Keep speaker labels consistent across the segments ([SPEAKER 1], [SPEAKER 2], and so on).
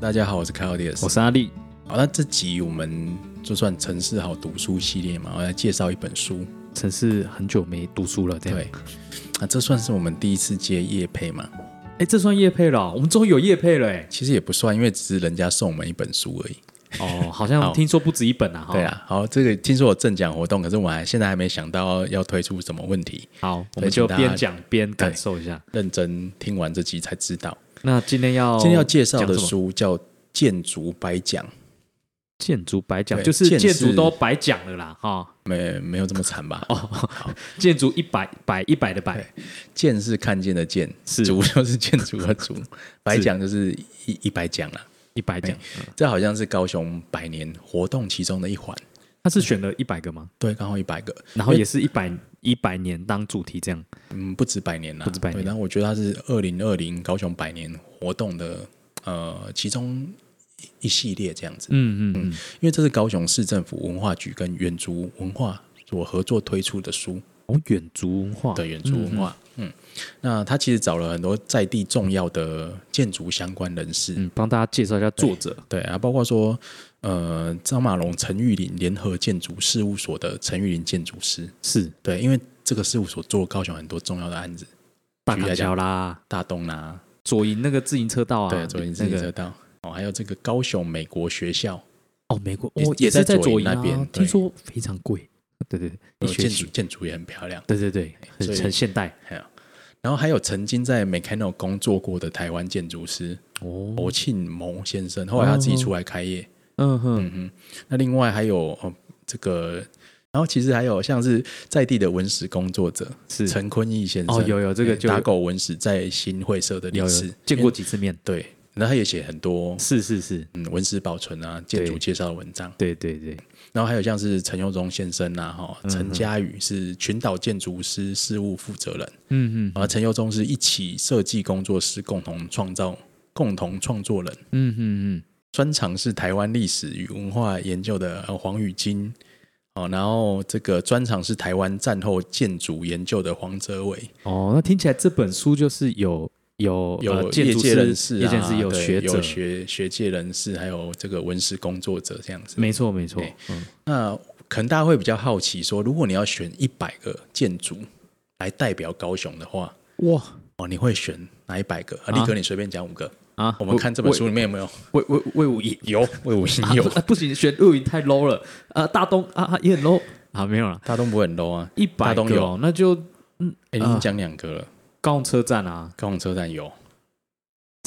[SPEAKER 1] 大家好，我是 c a l d i u s
[SPEAKER 2] 我是阿力。
[SPEAKER 1] 好，那这集我们就算城市好读书系列嘛，我来介绍一本书。
[SPEAKER 2] 城市很久没读书了，这样。
[SPEAKER 1] 对，啊，这算是我们第一次接业配嘛？
[SPEAKER 2] 哎，这算叶配了哦、我们终于有叶配了 哎。
[SPEAKER 1] 其实也不算，因为只是人家送我们一本书而已。
[SPEAKER 2] 哦，好像听说不止一本啊。哈
[SPEAKER 1] 对，啊，好，这个听说有赠奖活动，可是我还现在还没想到要推出什么问题，
[SPEAKER 2] 好，我
[SPEAKER 1] 对
[SPEAKER 2] 们就
[SPEAKER 1] 请大家
[SPEAKER 2] 边讲边感受一下。
[SPEAKER 1] 认真听完这集才知道。
[SPEAKER 2] 那今天要
[SPEAKER 1] 今天要介绍的
[SPEAKER 2] 讲什么
[SPEAKER 1] 书叫《建筑白讲》，
[SPEAKER 2] 建筑白讲，
[SPEAKER 1] 对
[SPEAKER 2] 就是
[SPEAKER 1] 建
[SPEAKER 2] 建
[SPEAKER 1] 是
[SPEAKER 2] 筑都白讲了啦哈。
[SPEAKER 1] 没没有这么惨吧？
[SPEAKER 2] 哦，建筑一百百一百的百，
[SPEAKER 1] 建是看见的建，
[SPEAKER 2] 是
[SPEAKER 1] 筑就是建筑的 筑，白讲就是一一百讲啦。
[SPEAKER 2] 一百讲，
[SPEAKER 1] 这好像是高雄百年活动其中的一环，
[SPEAKER 2] 他是选了一百个吗？
[SPEAKER 1] 对，刚好一百个，
[SPEAKER 2] 然后也是一百一百年当主题这样。
[SPEAKER 1] 嗯，不止百年啦，
[SPEAKER 2] 不止百年
[SPEAKER 1] 对，然后我觉得它是二零二零高雄百年活动的呃其中一一系列这样子，
[SPEAKER 2] 嗯嗯嗯。
[SPEAKER 1] 因为这是高雄市政府文化局跟远足文化所合作推出的书，
[SPEAKER 2] 哦，远足文化。
[SPEAKER 1] 对，远足文化，嗯那他其实找了很多在地重要的建筑相关人士，
[SPEAKER 2] 嗯，帮大家介绍一下作者。
[SPEAKER 1] 对啊，包括说，呃，张马龙陈玉林联合建筑事务所的陈玉林建筑师，
[SPEAKER 2] 是
[SPEAKER 1] 对，因为这个事务所做高雄很多重要的案子，
[SPEAKER 2] 大
[SPEAKER 1] 举例
[SPEAKER 2] 港
[SPEAKER 1] 来讲
[SPEAKER 2] 桥啦，
[SPEAKER 1] 大东啊，
[SPEAKER 2] 左营那个自行车道啊，
[SPEAKER 1] 对，左营自行
[SPEAKER 2] 那
[SPEAKER 1] 车
[SPEAKER 2] 个
[SPEAKER 1] 道、哦，还有这个高雄美国学校
[SPEAKER 2] 哦，美国
[SPEAKER 1] 也
[SPEAKER 2] 哦
[SPEAKER 1] 也
[SPEAKER 2] 也
[SPEAKER 1] 在
[SPEAKER 2] 是在
[SPEAKER 1] 左
[SPEAKER 2] 左
[SPEAKER 1] 营
[SPEAKER 2] 营
[SPEAKER 1] 那
[SPEAKER 2] 啊
[SPEAKER 1] 边对
[SPEAKER 2] 听说非常贵，对对对，
[SPEAKER 1] 呃
[SPEAKER 2] 一学
[SPEAKER 1] 建筑
[SPEAKER 2] 期，
[SPEAKER 1] 建筑也很漂亮，
[SPEAKER 2] 对对对，
[SPEAKER 1] 哎所
[SPEAKER 2] 很
[SPEAKER 1] 以
[SPEAKER 2] 很现代
[SPEAKER 1] 还有，然后还有曾经在 Mecano 工作过的台湾建筑师
[SPEAKER 2] 哦，
[SPEAKER 1] 侯庆谋先生，后来他自己出来开业，
[SPEAKER 2] 嗯哼，
[SPEAKER 1] 嗯哼，那另外还有哦这个，然后其实还有像是在地的文史工作者
[SPEAKER 2] 是
[SPEAKER 1] 陈坤义先生，
[SPEAKER 2] 哦有有这个
[SPEAKER 1] 哎
[SPEAKER 2] 就
[SPEAKER 1] 打狗文史在新会社的历
[SPEAKER 2] 有有
[SPEAKER 1] 史
[SPEAKER 2] 见过，几次面，
[SPEAKER 1] 对，那他也写很多
[SPEAKER 2] 是是是，
[SPEAKER 1] 嗯文史保存啊、建筑
[SPEAKER 2] 对
[SPEAKER 1] 介绍的文章，
[SPEAKER 2] 对对对，
[SPEAKER 1] 然后还有像是陈佑忠先生啊，哈、
[SPEAKER 2] 嗯
[SPEAKER 1] 陈嘉宇是群岛建筑师事务负责人，
[SPEAKER 2] 嗯嗯
[SPEAKER 1] 然后陈佑忠是一起设计工作室共同创造、共同创作人。
[SPEAKER 2] 嗯嗯嗯，
[SPEAKER 1] 专长是台湾历史与文化研究的呃黄宇金，哦，然后这个专长是台湾战后建筑研究的黄哲伟，
[SPEAKER 2] 哦，那听起来这本书就是有有
[SPEAKER 1] 有
[SPEAKER 2] 呃
[SPEAKER 1] 业
[SPEAKER 2] 建筑
[SPEAKER 1] 界
[SPEAKER 2] 师
[SPEAKER 1] 人士、啊，
[SPEAKER 2] 业界人士有
[SPEAKER 1] 对
[SPEAKER 2] 学者
[SPEAKER 1] 有，学学界人士，还有这个文史工作者这样子。
[SPEAKER 2] 没错没错
[SPEAKER 1] 对，
[SPEAKER 2] 嗯，
[SPEAKER 1] 那可能大家会比较好奇说，如果你要选一百个建筑来代表高雄的话，
[SPEAKER 2] 哇
[SPEAKER 1] 哦，你会选哪一百个？啊，
[SPEAKER 2] 啊
[SPEAKER 1] 立哥，你随便讲五个。
[SPEAKER 2] 啊，
[SPEAKER 1] 我们看这本书里面有没有？
[SPEAKER 2] 魏魏魏魏武营
[SPEAKER 1] 有，魏武营
[SPEAKER 2] 啊
[SPEAKER 1] 有
[SPEAKER 2] 不，啊不行，选魏武营太 low 了，呃，大东啊啊也很 low 啊，没有了。
[SPEAKER 1] 大东不会很 low 啊。
[SPEAKER 2] 一百
[SPEAKER 1] 大东
[SPEAKER 2] 个
[SPEAKER 1] 有
[SPEAKER 2] 哦，那就
[SPEAKER 1] 哎，
[SPEAKER 2] 啊
[SPEAKER 1] 你已经讲两个了，
[SPEAKER 2] 高雄车站啊，
[SPEAKER 1] 高雄车站有，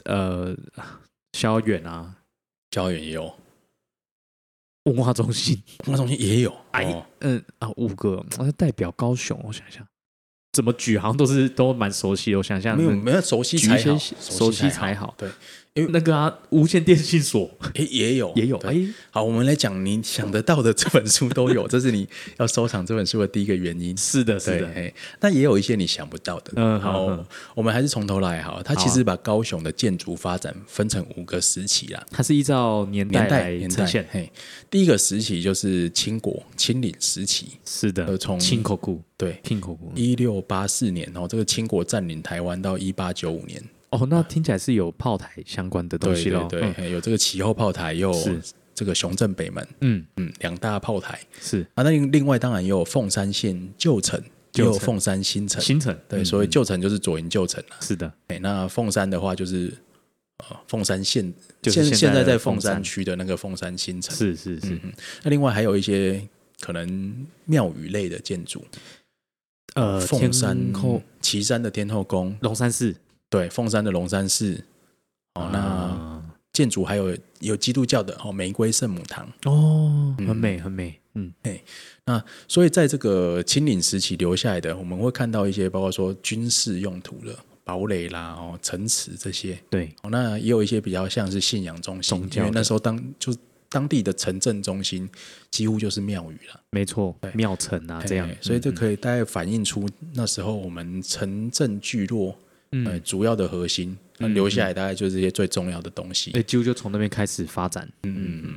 [SPEAKER 2] 呃，萧远啊，
[SPEAKER 1] 交远也有，
[SPEAKER 2] 文化中心，
[SPEAKER 1] 文化中心也有。
[SPEAKER 2] 哎
[SPEAKER 1] 哦，
[SPEAKER 2] 嗯啊，五个，那代表高雄，我想一下，怎么举好像都是都蛮熟悉的，我想一下，
[SPEAKER 1] 没有
[SPEAKER 2] 那
[SPEAKER 1] 没有熟悉
[SPEAKER 2] 举
[SPEAKER 1] 才
[SPEAKER 2] 一
[SPEAKER 1] 好，
[SPEAKER 2] 些熟悉才
[SPEAKER 1] 好。
[SPEAKER 2] 好，
[SPEAKER 1] 对，
[SPEAKER 2] 那个啊，无线电信所
[SPEAKER 1] 哎，也有
[SPEAKER 2] 也有，
[SPEAKER 1] 对
[SPEAKER 2] 哎，
[SPEAKER 1] 好，我们来讲你想得到的这本书都有，这是你要收藏这本书的第一个原因。
[SPEAKER 2] 是的，是
[SPEAKER 1] 对，
[SPEAKER 2] 的，
[SPEAKER 1] 嘿但也有一些你想不到的。
[SPEAKER 2] 嗯
[SPEAKER 1] 好，
[SPEAKER 2] 嗯嗯
[SPEAKER 1] 我们还是从头来好了。它其实把高雄的建筑发展分成五个时期啦，
[SPEAKER 2] 它是依照年
[SPEAKER 1] 年
[SPEAKER 2] 代
[SPEAKER 1] 代
[SPEAKER 2] 来
[SPEAKER 1] 年
[SPEAKER 2] 呈
[SPEAKER 1] 代
[SPEAKER 2] 现。，
[SPEAKER 1] 嘿，第一个时期就是清国清领时期，
[SPEAKER 2] 是
[SPEAKER 1] 呃
[SPEAKER 2] 的，
[SPEAKER 1] 从
[SPEAKER 2] 青口谷，
[SPEAKER 1] 对，
[SPEAKER 2] 青口谷，
[SPEAKER 1] 一六八四年哦，这个清国占领台湾到一八九五年，
[SPEAKER 2] 哦，那听起来是有炮台相关的东
[SPEAKER 1] 对
[SPEAKER 2] 西
[SPEAKER 1] 对
[SPEAKER 2] 咯。嗯
[SPEAKER 1] 对，嘿有这个旗后炮台，也有
[SPEAKER 2] 是
[SPEAKER 1] 这个雄镇北门，
[SPEAKER 2] 嗯，嗯，
[SPEAKER 1] 嗯，两大炮台。
[SPEAKER 2] 是
[SPEAKER 1] 啊，那另另外当然也有凤山县旧城，也有
[SPEAKER 2] 旧城
[SPEAKER 1] 凤山新城。
[SPEAKER 2] 新城，
[SPEAKER 1] 对，
[SPEAKER 2] 嗯
[SPEAKER 1] 所以旧城就是左营旧城了、
[SPEAKER 2] 是的，
[SPEAKER 1] 哎，那凤山的话就是呃凤山县，
[SPEAKER 2] 就是
[SPEAKER 1] 现
[SPEAKER 2] 现在
[SPEAKER 1] 在
[SPEAKER 2] 的
[SPEAKER 1] 在
[SPEAKER 2] 凤
[SPEAKER 1] 凤山
[SPEAKER 2] 山
[SPEAKER 1] 区的那个凤山新城。
[SPEAKER 2] 是是是，
[SPEAKER 1] 那另外还有一些可能庙宇类的建筑，
[SPEAKER 2] 呃，
[SPEAKER 1] 凤山
[SPEAKER 2] 天后
[SPEAKER 1] 旗山的天后宫，
[SPEAKER 2] 龙山寺
[SPEAKER 1] 对，凤山的龙山寺。哦，那
[SPEAKER 2] 啊
[SPEAKER 1] 建筑还有有基督教的哦，玫瑰圣母堂。
[SPEAKER 2] 哦，很美很美，嗯，
[SPEAKER 1] 那所以在这个清领时期留下来的，我们会看到一些包括说军事用途的堡垒啦、哦城池这些。
[SPEAKER 2] 对，
[SPEAKER 1] 哦，那也有一些比较像是信仰中心，
[SPEAKER 2] 宗教
[SPEAKER 1] 因
[SPEAKER 2] 的
[SPEAKER 1] 为那时候当就是当地的城镇中心几乎就是庙宇了。
[SPEAKER 2] 没错，庙城啊这样
[SPEAKER 1] 哎，所以这
[SPEAKER 2] 嗯
[SPEAKER 1] 可以大概反映出那时候我们城镇聚落
[SPEAKER 2] 嗯
[SPEAKER 1] 呃主要的核心。那留下来大概就是这些最重要的东西。
[SPEAKER 2] 哎，几乎就从那边开始发展，嗯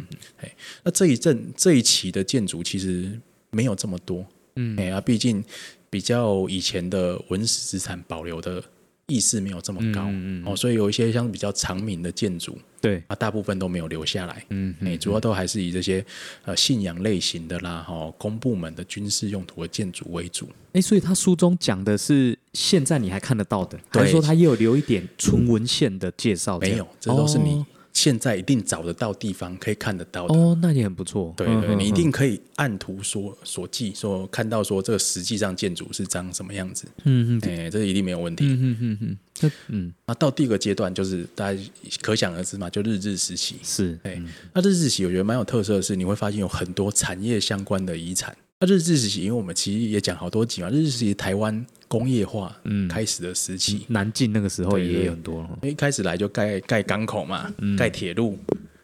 [SPEAKER 1] 那这一阵这一期的建筑其实没有这么多，
[SPEAKER 2] 嗯
[SPEAKER 1] 哎呀、啊，毕竟比较以前的文史资产保留的意识没有这么高、
[SPEAKER 2] 嗯
[SPEAKER 1] 哦，所以有一些像比较长明的建筑，
[SPEAKER 2] 对，
[SPEAKER 1] 啊，大部分都没有留下来。
[SPEAKER 2] 嗯
[SPEAKER 1] 哎、主要都还是以这些呃信仰类型的啦，哈、公部门的军事用途的建筑为主。
[SPEAKER 2] 哎，所以他书中讲的是现在你还看得到的，
[SPEAKER 1] 对
[SPEAKER 2] 还是说他也有留一点纯文献的介绍？
[SPEAKER 1] 没
[SPEAKER 2] 样
[SPEAKER 1] 有，这都是你现在一定找得到地方可以看得到
[SPEAKER 2] 哦
[SPEAKER 1] 的。
[SPEAKER 2] 哦，那也很不错。
[SPEAKER 1] 对
[SPEAKER 2] 嗯
[SPEAKER 1] 对，你一定可以按图所所记，说看到说这个实际上建筑是长什么样子，
[SPEAKER 2] 嗯嗯
[SPEAKER 1] 哎、这一定没有问题。
[SPEAKER 2] 嗯嗯嗯嗯，那嗯
[SPEAKER 1] 那到第二个阶段就是大家可想而知嘛，就日治时期。
[SPEAKER 2] 是
[SPEAKER 1] 对，那日治时期我觉得蛮有特色的是，你会发现有很多产业相关的遗产。那日治时期，因为我们其实也讲好多集嘛，日治时期台湾工业化
[SPEAKER 2] 嗯
[SPEAKER 1] 开始的时期，
[SPEAKER 2] 南晋那个时候
[SPEAKER 1] 对对
[SPEAKER 2] 也有很多
[SPEAKER 1] 因为一开始来就盖盖港口嘛，
[SPEAKER 2] 嗯
[SPEAKER 1] 盖铁路，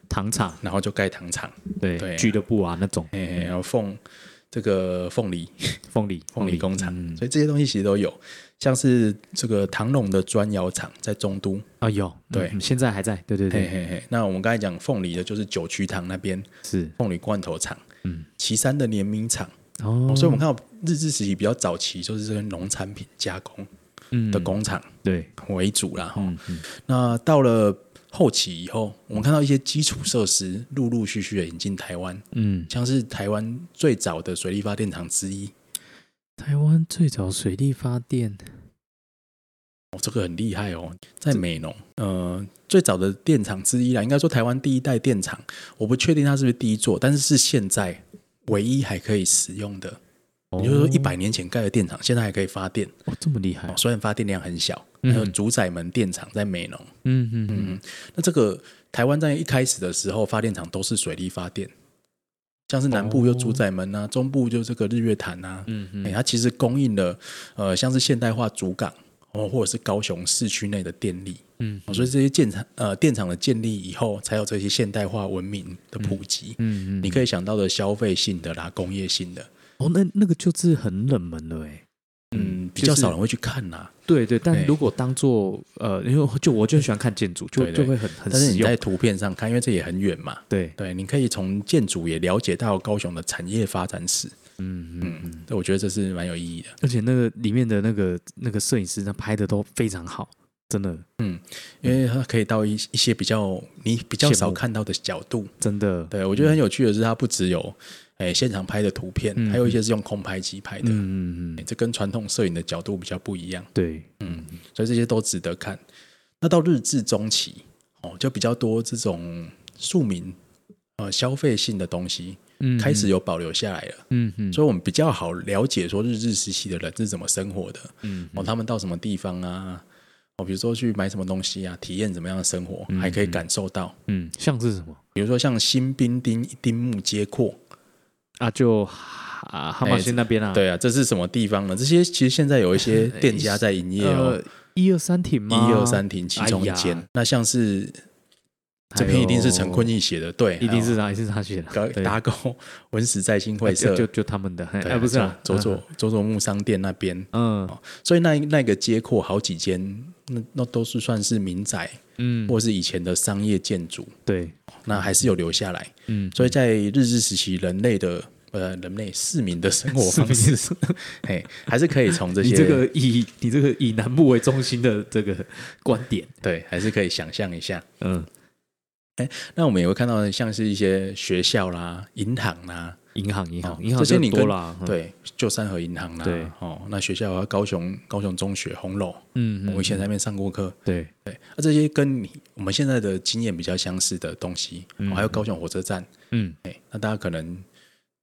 [SPEAKER 2] 糖厂，
[SPEAKER 1] 然后就盖糖厂，对
[SPEAKER 2] 对
[SPEAKER 1] 啊
[SPEAKER 2] 俱乐部啊那种
[SPEAKER 1] 哎、然后凤这个凤梨
[SPEAKER 2] 凤梨嗯
[SPEAKER 1] 凤梨工厂，所以这些东西其实都有，像是这个唐龙的砖窑厂在中都，
[SPEAKER 2] 啊有
[SPEAKER 1] 对
[SPEAKER 2] 嗯现在还在，对对
[SPEAKER 1] 嘿
[SPEAKER 2] 对
[SPEAKER 1] 嘿嘿。那我们刚才讲凤梨的，就是九曲堂那边
[SPEAKER 2] 是
[SPEAKER 1] 凤梨罐头厂，
[SPEAKER 2] 嗯，
[SPEAKER 1] 岐山的联名厂。
[SPEAKER 2] 哦
[SPEAKER 1] 所以我们看到日治时期比较早期，就是这些农产品加工
[SPEAKER 2] 嗯
[SPEAKER 1] 的工厂
[SPEAKER 2] 对
[SPEAKER 1] 为主啦。哈、
[SPEAKER 2] 嗯嗯
[SPEAKER 1] 那到了后期以后，我们看到一些基础设施陆陆续续的引进台湾，
[SPEAKER 2] 嗯，
[SPEAKER 1] 像是台湾最早的水力发电厂之一，
[SPEAKER 2] 台湾最早水力发电
[SPEAKER 1] 哦，这个很厉害哦，在美浓，呃，最早的电厂之一啦，应该说台湾第一代电厂，我不确定它是不是第一座，但是是现在唯一还可以使用的。
[SPEAKER 2] 哦
[SPEAKER 1] 也就是说，一百年前盖的电厂，现在还可以发电，
[SPEAKER 2] 哦这么厉害
[SPEAKER 1] 哦，虽然发电量很小。还
[SPEAKER 2] 嗯
[SPEAKER 1] 有主宰门电厂在美浓，
[SPEAKER 2] 嗯嗯嗯
[SPEAKER 1] 嗯，那这个台湾在一开始的时候，发电厂都是水力发电，像是南部
[SPEAKER 2] 哦
[SPEAKER 1] 就主宰门啊，中部就这个日月潭啊，
[SPEAKER 2] 嗯嗯
[SPEAKER 1] 哎、它其实供应了呃像是现代化主港哦，或者是高雄市区内的电力，
[SPEAKER 2] 嗯
[SPEAKER 1] 哦所以这些建厂呃电厂的建立以后，才有这些现代化文明的普及。
[SPEAKER 2] 嗯嗯，
[SPEAKER 1] 你可以想到的消费性的啦，工业性的，
[SPEAKER 2] 哦那那个就是很冷门了哎。
[SPEAKER 1] 嗯，比
[SPEAKER 2] 就
[SPEAKER 1] 较
[SPEAKER 2] 是
[SPEAKER 1] 少人会去看啦。
[SPEAKER 2] 对对，但
[SPEAKER 1] 对
[SPEAKER 2] 如果当做呃，因为就我就很喜欢看建筑，就
[SPEAKER 1] 对对
[SPEAKER 2] 就会很
[SPEAKER 1] 但
[SPEAKER 2] 很
[SPEAKER 1] 是
[SPEAKER 2] 实
[SPEAKER 1] 你在
[SPEAKER 2] 用。
[SPEAKER 1] 图片上看，因为这也很远嘛。
[SPEAKER 2] 对，
[SPEAKER 1] 对，你可以从建筑也了解到高雄的产业发展史。
[SPEAKER 2] 嗯嗯嗯，
[SPEAKER 1] 对，我觉得这是蛮有意义的。
[SPEAKER 2] 而且那个里面的那个那个摄影师，他拍的都非常好，真的
[SPEAKER 1] 因为它可以到一一些比较你比较
[SPEAKER 2] 羡慕
[SPEAKER 1] 少看到的角度。
[SPEAKER 2] 真的，
[SPEAKER 1] 对，我觉得很有趣的是，它不只有诶、现场拍的图片，
[SPEAKER 2] 嗯
[SPEAKER 1] 还有一些是用空拍机拍的。哎
[SPEAKER 2] 嗯嗯嗯，
[SPEAKER 1] 这跟传统摄影的角度比较不一样，
[SPEAKER 2] 对，
[SPEAKER 1] 所以这些都值得看。那到日治中期哦，就比较多这种庶民呃消费性的东西
[SPEAKER 2] 嗯
[SPEAKER 1] 开始有保留下来了。
[SPEAKER 2] 嗯嗯
[SPEAKER 1] 所以我们比较好了解说日治时期的人是怎么生活的，
[SPEAKER 2] 嗯
[SPEAKER 1] 哦，他们到什么地方啊，哦，比如说去买什么东西啊，体验怎么样的生活，还可以感受到，
[SPEAKER 2] 嗯，像是什么
[SPEAKER 1] 比如说像新兵丁丁木街阔，
[SPEAKER 2] 啊？就哈哈马
[SPEAKER 1] 哎
[SPEAKER 2] 逊那边啊，，
[SPEAKER 1] 对啊，这是什么地方呢？这些其实现在有一 些店家在营业哦
[SPEAKER 2] 呃，，一二三亭
[SPEAKER 1] 一
[SPEAKER 2] 吗？
[SPEAKER 1] 二三亭其中一间，
[SPEAKER 2] 呃哎呀
[SPEAKER 1] 那像是
[SPEAKER 2] 还
[SPEAKER 1] 这
[SPEAKER 2] 有，
[SPEAKER 1] 篇一定是陈坤义写的，对，
[SPEAKER 2] 哎一定是他，一定是他写
[SPEAKER 1] 还有高
[SPEAKER 2] 的，对
[SPEAKER 1] 打狗文史在新会
[SPEAKER 2] 就
[SPEAKER 1] 社，
[SPEAKER 2] 就就他们的，嘿
[SPEAKER 1] 对
[SPEAKER 2] 哎，不是啊，
[SPEAKER 1] 佐佐佐佐木商店那边，
[SPEAKER 2] 嗯
[SPEAKER 1] 所以那那个街廓好几间，那那都是算是民宅
[SPEAKER 2] 嗯，
[SPEAKER 1] 或是以前的商业建筑，
[SPEAKER 2] 对，
[SPEAKER 1] 那还是有留下来。
[SPEAKER 2] 嗯，
[SPEAKER 1] 所以在日治时期，人类的呃人类市民的生活方式， 嘿，还是可以从这
[SPEAKER 2] 你
[SPEAKER 1] 些
[SPEAKER 2] 这个以你这个以南部为中心的这个观点，
[SPEAKER 1] 对，还是可以想象一下。
[SPEAKER 2] 嗯，
[SPEAKER 1] 那我们也会看到，像是一些学校啦、银行啦，
[SPEAKER 2] 银行银
[SPEAKER 1] 哦
[SPEAKER 2] 行银行
[SPEAKER 1] 这些
[SPEAKER 2] 就
[SPEAKER 1] 你
[SPEAKER 2] 多
[SPEAKER 1] 跟
[SPEAKER 2] 啦，嗯，
[SPEAKER 1] 对，旧三河银行啦，
[SPEAKER 2] 对，
[SPEAKER 1] 哦，那学校啊，高雄高雄中学红楼，
[SPEAKER 2] 嗯，
[SPEAKER 1] 我以前在那边上过课，
[SPEAKER 2] 对，
[SPEAKER 1] 对，那、这些跟你我们现在的经验比较相似的东西，哦还有高雄火车站，
[SPEAKER 2] 嗯，
[SPEAKER 1] 哎，那大家可能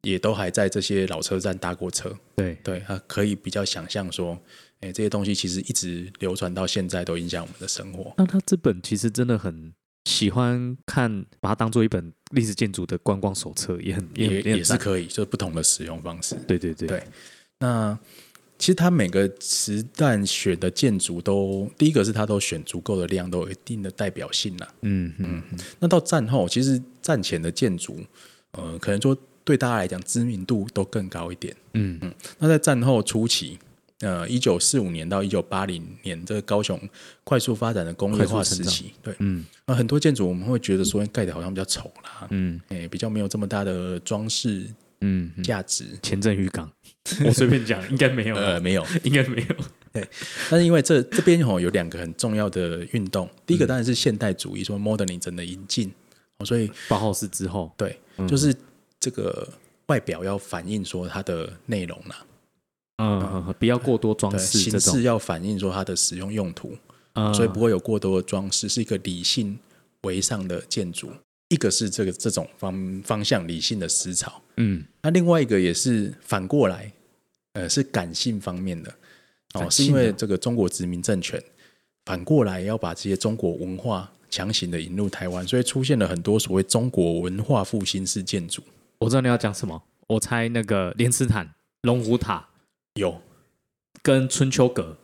[SPEAKER 1] 也都还在这些老车站搭过车，
[SPEAKER 2] 对，
[SPEAKER 1] 对，他可以比较想象说，哎，这些东西其实一直流传到现在，都影响我们的生活。
[SPEAKER 2] 那他这本其实真的很喜欢看，把它当做一本历史建筑的观光手册，也很
[SPEAKER 1] 也
[SPEAKER 2] 也很
[SPEAKER 1] 也是
[SPEAKER 2] 赞
[SPEAKER 1] 可以，就是不同的使用方式。
[SPEAKER 2] 对对对
[SPEAKER 1] 对那其实它每个时段选的建筑都，第一个是它都选足够的量，都有一定的代表性啦。
[SPEAKER 2] 嗯嗯
[SPEAKER 1] 那到战后，其实战前的建筑，呃，可能说对大家来讲知名度都更高一点。
[SPEAKER 2] 嗯嗯
[SPEAKER 1] 那在战后初期，呃，一九四五年到一九八零年，这个高雄快速发展的工业化
[SPEAKER 2] 快速
[SPEAKER 1] 时
[SPEAKER 2] 成长
[SPEAKER 1] 期，对，
[SPEAKER 2] 嗯
[SPEAKER 1] 那很多建筑我们会觉得说哎盖的好像比较丑啦，
[SPEAKER 2] 嗯
[SPEAKER 1] 诶、比较没有这么大的装饰
[SPEAKER 2] 嗯，
[SPEAKER 1] 价值。
[SPEAKER 2] 前镇渔港，我随便讲，应该没有，
[SPEAKER 1] 呃，没有，
[SPEAKER 2] 应该没有，
[SPEAKER 1] 但是因为这这边吼有两个很重要的运动，第一
[SPEAKER 2] 嗯
[SPEAKER 1] 个当然是现代主义，说 modernism 的引进，哦所以
[SPEAKER 2] 包浩斯之后，
[SPEAKER 1] 对，就是这个外表要反映说它的内容啦，
[SPEAKER 2] 嗯，嗯嗯不要过多装
[SPEAKER 1] 对，
[SPEAKER 2] 饰这
[SPEAKER 1] 形
[SPEAKER 2] 种
[SPEAKER 1] 式，要反映说它的使用用途，
[SPEAKER 2] 嗯
[SPEAKER 1] 所以不会有过多的装饰，是一个理性为上的建筑。一个是这个这种方方向理性的思潮，
[SPEAKER 2] 嗯，
[SPEAKER 1] 那另外一个也是反过来，呃，是感性方面的哦，
[SPEAKER 2] 感
[SPEAKER 1] 是
[SPEAKER 2] 性
[SPEAKER 1] 因为
[SPEAKER 2] 的
[SPEAKER 1] 这个中国殖民政权反过来要把这些中国文化强行的引入台湾，所以出现了很多所谓中国文化复兴式建筑。
[SPEAKER 2] 我知道你要讲什么，我猜那个莲池坦、龙虎塔
[SPEAKER 1] 有
[SPEAKER 2] 跟春秋阁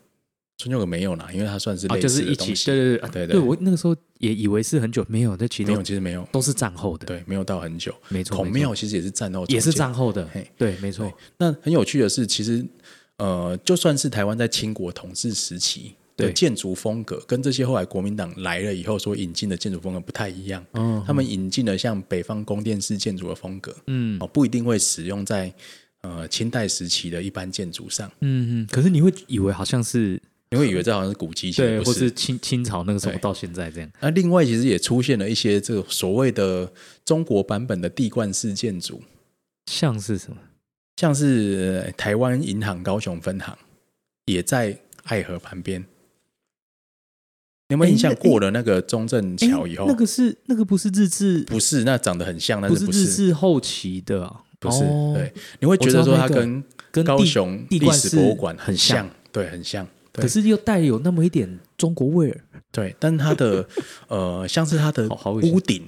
[SPEAKER 1] 春秋阁没有啦，因为它算是
[SPEAKER 2] 啊，
[SPEAKER 1] 类
[SPEAKER 2] 就
[SPEAKER 1] 似
[SPEAKER 2] 是
[SPEAKER 1] 的
[SPEAKER 2] 一
[SPEAKER 1] 东
[SPEAKER 2] 起，
[SPEAKER 1] 西，
[SPEAKER 2] 对对对啊
[SPEAKER 1] 对对
[SPEAKER 2] 对，我那个时候也以为是很久没有，那其
[SPEAKER 1] 没
[SPEAKER 2] 实
[SPEAKER 1] 有，
[SPEAKER 2] 都
[SPEAKER 1] 其实没有，
[SPEAKER 2] 都是战后的，
[SPEAKER 1] 对，没有到很久。
[SPEAKER 2] 没错，
[SPEAKER 1] 孔
[SPEAKER 2] 没错
[SPEAKER 1] 庙其实也是战后重
[SPEAKER 2] 也是
[SPEAKER 1] 建
[SPEAKER 2] 战后的
[SPEAKER 1] 嘿，
[SPEAKER 2] 对，没错，
[SPEAKER 1] 那很有趣的是，其实呃，就算是台湾在清国统治时期的
[SPEAKER 2] 对
[SPEAKER 1] 建筑风格，跟这些后来国民党来了以后所引进的建筑风格不太一样。
[SPEAKER 2] 嗯
[SPEAKER 1] 他们引进了像北方宫殿式建筑的风格，
[SPEAKER 2] 嗯
[SPEAKER 1] 哦，不一定会使用在呃清代时期的一般建筑上。
[SPEAKER 2] 嗯嗯，可是你会以为好像是
[SPEAKER 1] 你会以为这好像是古迹，其实
[SPEAKER 2] 对，
[SPEAKER 1] 不
[SPEAKER 2] 或是清清朝那个时候
[SPEAKER 1] 对
[SPEAKER 2] 到现在这样，
[SPEAKER 1] 那另外，其实也出现了一些这个所谓的中国版本的地冠式建筑，
[SPEAKER 2] 像是什么？
[SPEAKER 1] 像是呃台湾银行高雄分行也在爱河旁边。你有没有印象？
[SPEAKER 2] 诶那
[SPEAKER 1] 过了那个中正桥
[SPEAKER 2] 诶
[SPEAKER 1] 以后，
[SPEAKER 2] 哎那个是那个不是日治，
[SPEAKER 1] 不是那长得很像，但
[SPEAKER 2] 不
[SPEAKER 1] 是
[SPEAKER 2] 是
[SPEAKER 1] 不
[SPEAKER 2] 日
[SPEAKER 1] 是
[SPEAKER 2] 治后期的啊，
[SPEAKER 1] 不是
[SPEAKER 2] 哦
[SPEAKER 1] 对，，你会觉得说它
[SPEAKER 2] 我知道那个
[SPEAKER 1] 跟
[SPEAKER 2] 跟
[SPEAKER 1] 高
[SPEAKER 2] 地
[SPEAKER 1] 雄
[SPEAKER 2] 地
[SPEAKER 1] 历
[SPEAKER 2] 冠
[SPEAKER 1] 史
[SPEAKER 2] 是
[SPEAKER 1] 博物馆很
[SPEAKER 2] 很像
[SPEAKER 1] 像，对，很像。对
[SPEAKER 2] 可是又带有那么一点中国味儿，
[SPEAKER 1] 对，但它的 呃，像是它的
[SPEAKER 2] 好好恶心
[SPEAKER 1] 屋顶，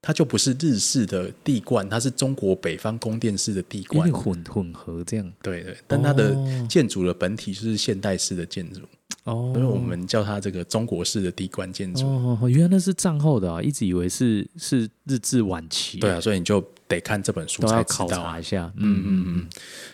[SPEAKER 1] 它就不是日式的地冠，它是中国北方宫殿式的地
[SPEAKER 2] 有
[SPEAKER 1] 冠
[SPEAKER 2] 点。混混合这样。
[SPEAKER 1] 对对，但它的
[SPEAKER 2] 哦
[SPEAKER 1] 建筑的本体就是现代式的建筑，
[SPEAKER 2] 哦，
[SPEAKER 1] 所以我们叫它这个中国式的地冠建筑。
[SPEAKER 2] 哦，哦原来那是战后的啊，一直以为是是日治晚期，
[SPEAKER 1] 对啊，，所以你就得看这本书
[SPEAKER 2] 都
[SPEAKER 1] 才
[SPEAKER 2] 要
[SPEAKER 1] 知
[SPEAKER 2] 考
[SPEAKER 1] 道啊。
[SPEAKER 2] 察一下。嗯嗯嗯，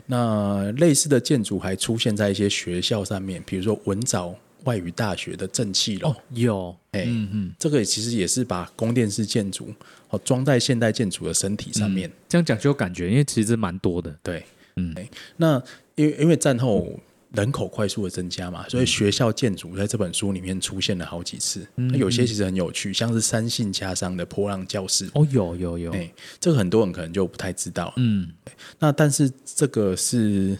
[SPEAKER 1] 那类似的建筑还出现在一些学校上面，比如说文藻外语大学的正气
[SPEAKER 2] 哦
[SPEAKER 1] 楼。
[SPEAKER 2] 有，
[SPEAKER 1] 哎
[SPEAKER 2] 嗯嗯，
[SPEAKER 1] 这个其实也是把宫殿式建筑哦装在现代建筑的身体上面。
[SPEAKER 2] 这样讲就有感觉，因为其实蛮多的。
[SPEAKER 1] 对，
[SPEAKER 2] 嗯
[SPEAKER 1] 哎，那因为因为战后人口快速的增加嘛，
[SPEAKER 2] 嗯
[SPEAKER 1] 所以学校建筑在这本书里面出现了好几次。
[SPEAKER 2] 嗯
[SPEAKER 1] 那有些其实很有趣，像是三姓家商的波浪教室，
[SPEAKER 2] 哦，有有有，
[SPEAKER 1] 哎，这个很多人可能就不太知道。
[SPEAKER 2] 嗯
[SPEAKER 1] 那但是这个是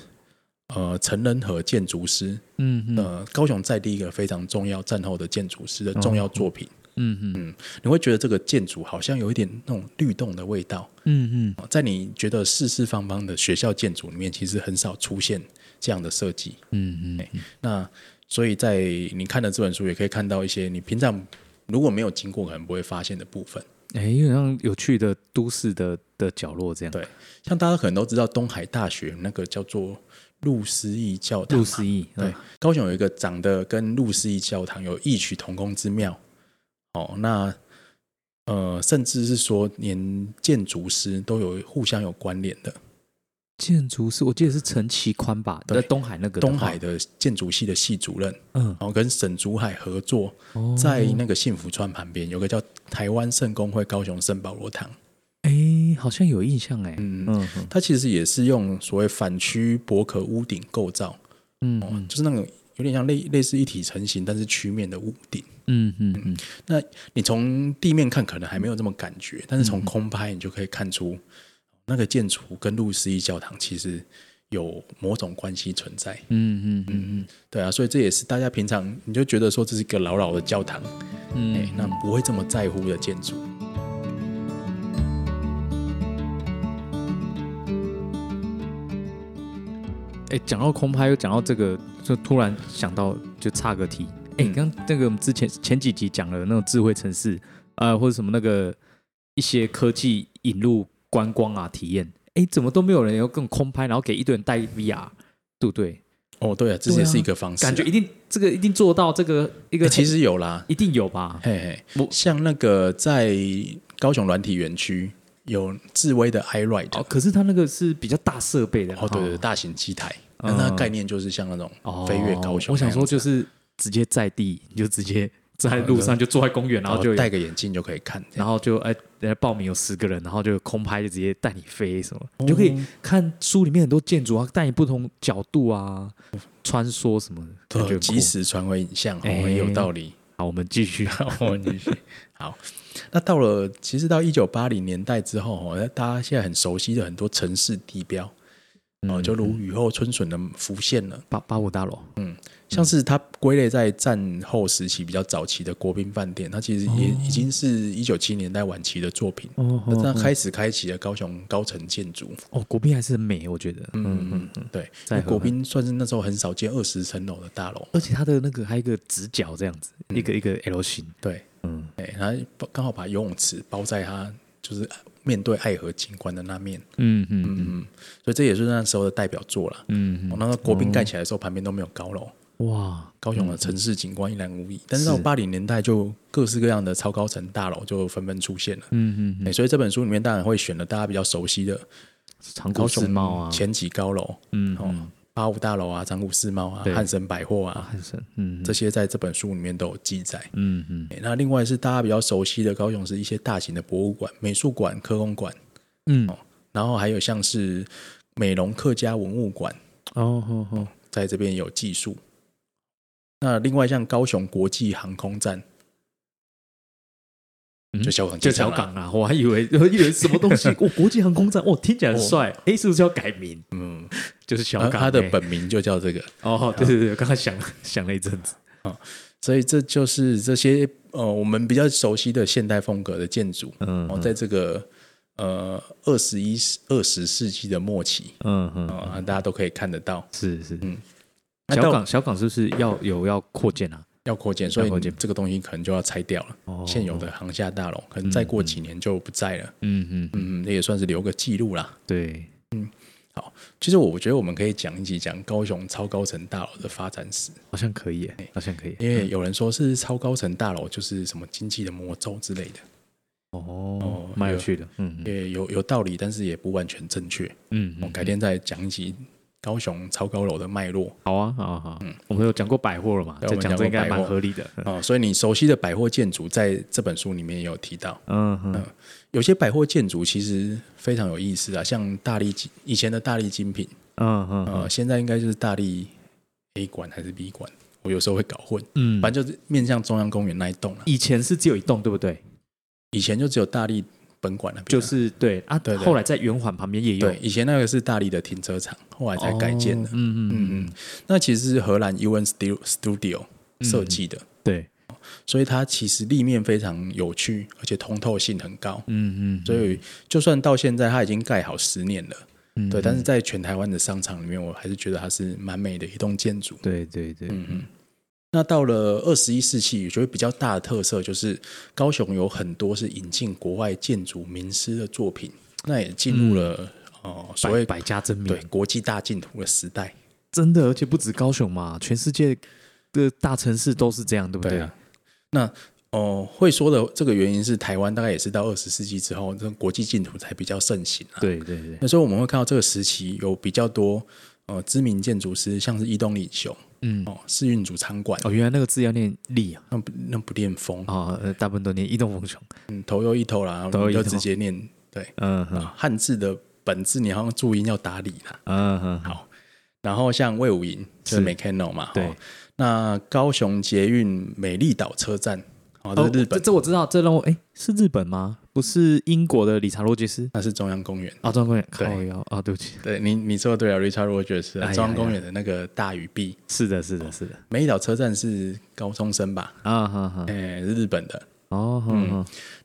[SPEAKER 1] 呃陈仁和建筑师，
[SPEAKER 2] 嗯嗯
[SPEAKER 1] 呃高雄在地一个非常重要战后的建筑师的
[SPEAKER 2] 哦
[SPEAKER 1] 重要作品。
[SPEAKER 2] 嗯嗯
[SPEAKER 1] 你会觉得这个建筑好像有一点那种律动的味道，
[SPEAKER 2] 嗯嗯，
[SPEAKER 1] 哦在你觉得四四方方的学校建筑里面，其实很少出现这样的设计。
[SPEAKER 2] 嗯嗯，
[SPEAKER 1] 那所以在你看的这本书，也可以看到一些你平常如果没有经过，可能不会发现的部分。
[SPEAKER 2] 哎，有点像有趣的都市的的角落这样。
[SPEAKER 1] 对，像大家可能都知道，东海大学那个叫做路思义教堂
[SPEAKER 2] 陆
[SPEAKER 1] 嘛，
[SPEAKER 2] 思义，
[SPEAKER 1] 对
[SPEAKER 2] 嗯，
[SPEAKER 1] 高雄有一个长得跟路思义教堂有异曲同工之妙。哦，那呃，甚至是说连建筑师都有互相有关联的。
[SPEAKER 2] 建筑师，我记得是陈其宽吧，
[SPEAKER 1] 对
[SPEAKER 2] 在东海那个的话
[SPEAKER 1] 东海，的建筑系的系主任，
[SPEAKER 2] 嗯，
[SPEAKER 1] 然后跟沈竹海合作，
[SPEAKER 2] 哦
[SPEAKER 1] 在那个幸福川旁边有个叫台湾圣公会高雄圣保罗堂，
[SPEAKER 2] 哎，好像有印象哎，
[SPEAKER 1] 嗯
[SPEAKER 2] 嗯嗯
[SPEAKER 1] 它其实也是用所谓反曲薄壳屋顶构造，
[SPEAKER 2] 嗯
[SPEAKER 1] 哦，就是那种有点像类类似一体成型，但是曲面的屋顶。
[SPEAKER 2] 嗯嗯嗯，
[SPEAKER 1] 那你从地面看可能还没有这么感觉，但是
[SPEAKER 2] 嗯
[SPEAKER 1] 从空拍你就可以看出，那个建筑跟路思义教堂其实有某种关系存在。
[SPEAKER 2] 嗯嗯嗯
[SPEAKER 1] 对啊，所以这也是大家平常你就觉得说这是一个老老的教堂，
[SPEAKER 2] 嗯
[SPEAKER 1] 哎、那不会这么在乎的建筑。
[SPEAKER 2] 哎，讲到空拍，又讲到这个，就突然想到，就差个题。哎，
[SPEAKER 1] 嗯
[SPEAKER 2] 刚那个我们之前前几集讲了那种智慧城市啊，或者什么那个一些科技引入观光啊体验，哎，怎么都没有人要跟空拍，然后给一堆人带 VR，对不对？
[SPEAKER 1] 哦，对啊，这也是一个方式啊、
[SPEAKER 2] 感觉一定这个一定做到这个一
[SPEAKER 1] 欸
[SPEAKER 2] 个，
[SPEAKER 1] 其实有啦，
[SPEAKER 2] 一定有吧？
[SPEAKER 1] 嘿嘿，
[SPEAKER 2] 我
[SPEAKER 1] 像那个在高雄软体园区有智威的 iRide，
[SPEAKER 2] 哦
[SPEAKER 1] 哦，
[SPEAKER 2] 可是它那个是比较大设备的，
[SPEAKER 1] 对对，
[SPEAKER 2] 哦
[SPEAKER 1] 大型机台，那
[SPEAKER 2] 嗯
[SPEAKER 1] 它的概念就是像那种
[SPEAKER 2] 哦
[SPEAKER 1] 飞越高雄那样
[SPEAKER 2] 我
[SPEAKER 1] 子啊。
[SPEAKER 2] 想说就是直接在地，你就 直接在路上就坐在公园，然后就有
[SPEAKER 1] 戴个眼镜就可以看，
[SPEAKER 2] 然后就哎，人家报名有十个人，然后就空拍就直接
[SPEAKER 1] 哦
[SPEAKER 2] 带你飞什么，你就可以看书里面很多建筑啊，带你不同角度啊，穿梭什么的，感
[SPEAKER 1] 对，
[SPEAKER 2] 觉很
[SPEAKER 1] 即
[SPEAKER 2] 酷
[SPEAKER 1] 时传回影像，哦
[SPEAKER 2] 哎
[SPEAKER 1] 很有道理。
[SPEAKER 2] 好，我们继 续。
[SPEAKER 1] 我们继续。好，那到了其实到一九八零年代之后，哦，大家现在很熟悉的很多城市地标，哦，
[SPEAKER 2] 嗯
[SPEAKER 1] 就如雨后春笋的浮现了。
[SPEAKER 2] 八八五大楼，
[SPEAKER 1] 嗯像是它归类在战后时期比较早期的国宾饭店，它其实也已经是一九七年代晚期的作品。
[SPEAKER 2] 哦
[SPEAKER 1] 那这样开始开启了高雄高层建筑，
[SPEAKER 2] 哦，国宾还是很美，我觉得，嗯嗯嗯，
[SPEAKER 1] 对，
[SPEAKER 2] 在
[SPEAKER 1] 那
[SPEAKER 2] 河
[SPEAKER 1] 国
[SPEAKER 2] 畔
[SPEAKER 1] 宾算是那时候很少见二十层楼的大楼，
[SPEAKER 2] 而且它的那个还有一个直角这样子，
[SPEAKER 1] 嗯
[SPEAKER 2] 一个一个 L 型，
[SPEAKER 1] 对，
[SPEAKER 2] 嗯，
[SPEAKER 1] 哎，它刚好把游泳池包在它就是面对爱河景观的那面，
[SPEAKER 2] 嗯嗯
[SPEAKER 1] 嗯，所以这也是那时候的代表作了。
[SPEAKER 2] 嗯
[SPEAKER 1] 哦，那个国宾盖起来的时候，旁边都没有高楼，
[SPEAKER 2] 嗯，哇，
[SPEAKER 1] 高雄的城市景观一览无遗。但是
[SPEAKER 2] 是
[SPEAKER 1] 到八零年代，就各式各样的超高层大楼就纷纷出现了。
[SPEAKER 2] 嗯嗯，
[SPEAKER 1] 哎，所以这本书里面当然会选了大家比较熟悉的
[SPEAKER 2] 长
[SPEAKER 1] 高
[SPEAKER 2] 谷世
[SPEAKER 1] 雄
[SPEAKER 2] 贸啊，
[SPEAKER 1] 前几高楼，
[SPEAKER 2] 嗯
[SPEAKER 1] 哦，八五大楼啊，长谷世贸啊，
[SPEAKER 2] 对
[SPEAKER 1] 汉神百货啊，
[SPEAKER 2] 汉神，嗯
[SPEAKER 1] 这些在这本书里面都有记载。
[SPEAKER 2] 嗯嗯
[SPEAKER 1] 哎那另外是大家比较熟悉的高雄市一些大型的博物馆、美术馆、科工馆，
[SPEAKER 2] 嗯，
[SPEAKER 1] 然后还有像是美容客家文物馆，
[SPEAKER 2] 哦哦哦，
[SPEAKER 1] 在这边有技术。那另外像高雄国际航空站，
[SPEAKER 2] 嗯
[SPEAKER 1] 就小港
[SPEAKER 2] 就
[SPEAKER 1] 机场啦
[SPEAKER 2] 小港啊，我还以为我以为什么东西， 哦，国际航空站，哦，听起来很帅，哎，是不是要改名？
[SPEAKER 1] 嗯，
[SPEAKER 2] 就是小
[SPEAKER 1] 然后
[SPEAKER 2] 港，
[SPEAKER 1] 它的
[SPEAKER 2] 哎
[SPEAKER 1] 本名就叫这个，
[SPEAKER 2] 哦，对对对，刚刚想想了一阵子，
[SPEAKER 1] 所以这就是这些呃我们比较熟悉的现代风格的建筑，
[SPEAKER 2] 嗯
[SPEAKER 1] 然后在这个呃二十一二十世纪的末期
[SPEAKER 2] 嗯嗯，
[SPEAKER 1] 啊、大家都可以看得到。
[SPEAKER 2] 是是，
[SPEAKER 1] 那
[SPEAKER 2] 小
[SPEAKER 1] 到
[SPEAKER 2] 港小港是不是要有要扩建啊？
[SPEAKER 1] 要扩建，所以
[SPEAKER 2] 要扩建
[SPEAKER 1] 这个东西可能就要拆掉了。
[SPEAKER 2] 哦
[SPEAKER 1] 现有的航厦大楼可能再过几年就不在了。
[SPEAKER 2] 嗯嗯，
[SPEAKER 1] 嗯，那也算是留个记录啦。
[SPEAKER 2] 对，
[SPEAKER 1] 其实我觉得我们可以讲一集讲高雄超高层大楼的发展史，
[SPEAKER 2] 好像可以耶，好像可以。嗯
[SPEAKER 1] 因为有人说是超高层大楼就是什么经济的魔咒之类的，
[SPEAKER 2] 哦，蛮有趣的。嗯嗯
[SPEAKER 1] 也有有道理，但是也不完全正确。
[SPEAKER 2] 嗯
[SPEAKER 1] 我
[SPEAKER 2] 嗯，
[SPEAKER 1] 改天再讲一集高雄超高楼的脉络
[SPEAKER 2] 好啊，好啊好啊。我们有讲过百货了嘛？
[SPEAKER 1] 对
[SPEAKER 2] 再讲这应该
[SPEAKER 1] 我们讲过百
[SPEAKER 2] 蛮
[SPEAKER 1] 货
[SPEAKER 2] 合理的。
[SPEAKER 1] 哦。所以你熟悉的百货建筑，在这本书里面也有提到，
[SPEAKER 2] 嗯嗯
[SPEAKER 1] 有些百货建筑其实非常有意思啊，像大力精以前的大力精品，
[SPEAKER 2] 嗯嗯
[SPEAKER 1] 呃，现在应该就是大力 A 馆还是 B 馆，我有时候会搞混，
[SPEAKER 2] 嗯，
[SPEAKER 1] 反正就是面向中央公园那一栋了。啊
[SPEAKER 2] 以前是只有一栋，对不对？
[SPEAKER 1] 以前就只有大力本馆那边啊，
[SPEAKER 2] 就是对啊
[SPEAKER 1] 对，对
[SPEAKER 2] 后来在圆环旁边也有
[SPEAKER 1] 对，以前那个是大力的停车场，后来才改建的。
[SPEAKER 2] 哦嗯嗯嗯，嗯
[SPEAKER 1] 嗯嗯，那其实是荷兰 UN Studio Studio 设计的，
[SPEAKER 2] 对，
[SPEAKER 1] 所以它其实立面非常有趣，而且通透性很高。
[SPEAKER 2] 嗯嗯，
[SPEAKER 1] 所以就算到现在它已经盖好十年了，
[SPEAKER 2] 嗯
[SPEAKER 1] 对，但是在全台湾的商场里面，我还是觉得它是蛮美的一栋建筑。
[SPEAKER 2] 对对对，
[SPEAKER 1] 嗯嗯。那到了二十一世纪，我觉得比较大的特色就是高雄有很多是引进国外建筑名师的作品，那也进入了、呃所
[SPEAKER 2] 嗯百
[SPEAKER 1] 谓
[SPEAKER 2] 百家争鸣
[SPEAKER 1] 对，国际大净土的时代。
[SPEAKER 2] 真的，而且不止高雄嘛，全世界的大城市都是这样，对不
[SPEAKER 1] 对啊那哦、呃会说的这个原因是台湾大概也是到二十世纪之后，这种国际净土才比较盛行啊。
[SPEAKER 2] 对对对，
[SPEAKER 1] 那所以我们会看到这个时期有比较多呃知名建筑师，像是伊东领雄
[SPEAKER 2] 嗯，
[SPEAKER 1] 哦、世运主仓馆，
[SPEAKER 2] 哦，原来那个字要念力啊，
[SPEAKER 1] 那不那不念风，
[SPEAKER 2] 啊，呃大部分都念移动风雄，
[SPEAKER 1] 嗯，头又一头啦，然
[SPEAKER 2] 头
[SPEAKER 1] 后
[SPEAKER 2] 又
[SPEAKER 1] 你
[SPEAKER 2] 一
[SPEAKER 1] 就
[SPEAKER 2] 头
[SPEAKER 1] 直接念对。
[SPEAKER 2] 嗯哼
[SPEAKER 1] 啊，汉字的本字你好像注音要打理啦。
[SPEAKER 2] 嗯哼，
[SPEAKER 1] 好然后像魏武营就是是 Mecano 嘛，
[SPEAKER 2] 对
[SPEAKER 1] 哦那高雄捷运美丽岛车站，哦，这
[SPEAKER 2] 哦，
[SPEAKER 1] 是日本
[SPEAKER 2] 这，这我知道，这让我哎，是日本吗？不是英国的理查罗杰斯
[SPEAKER 1] 那是中央公园。
[SPEAKER 2] 啊，中央公园靠
[SPEAKER 1] 对
[SPEAKER 2] 腰啊，对不起，
[SPEAKER 1] 对你，你说的对了，Richard Rogers，
[SPEAKER 2] 哎呀
[SPEAKER 1] 啊中央公园的那个大雨壁，
[SPEAKER 2] 是的，是的，是的，
[SPEAKER 1] 美丽岛车站是高中生吧？
[SPEAKER 2] 啊哈哈，
[SPEAKER 1] 哎，是日本的。
[SPEAKER 2] 哦，嗯，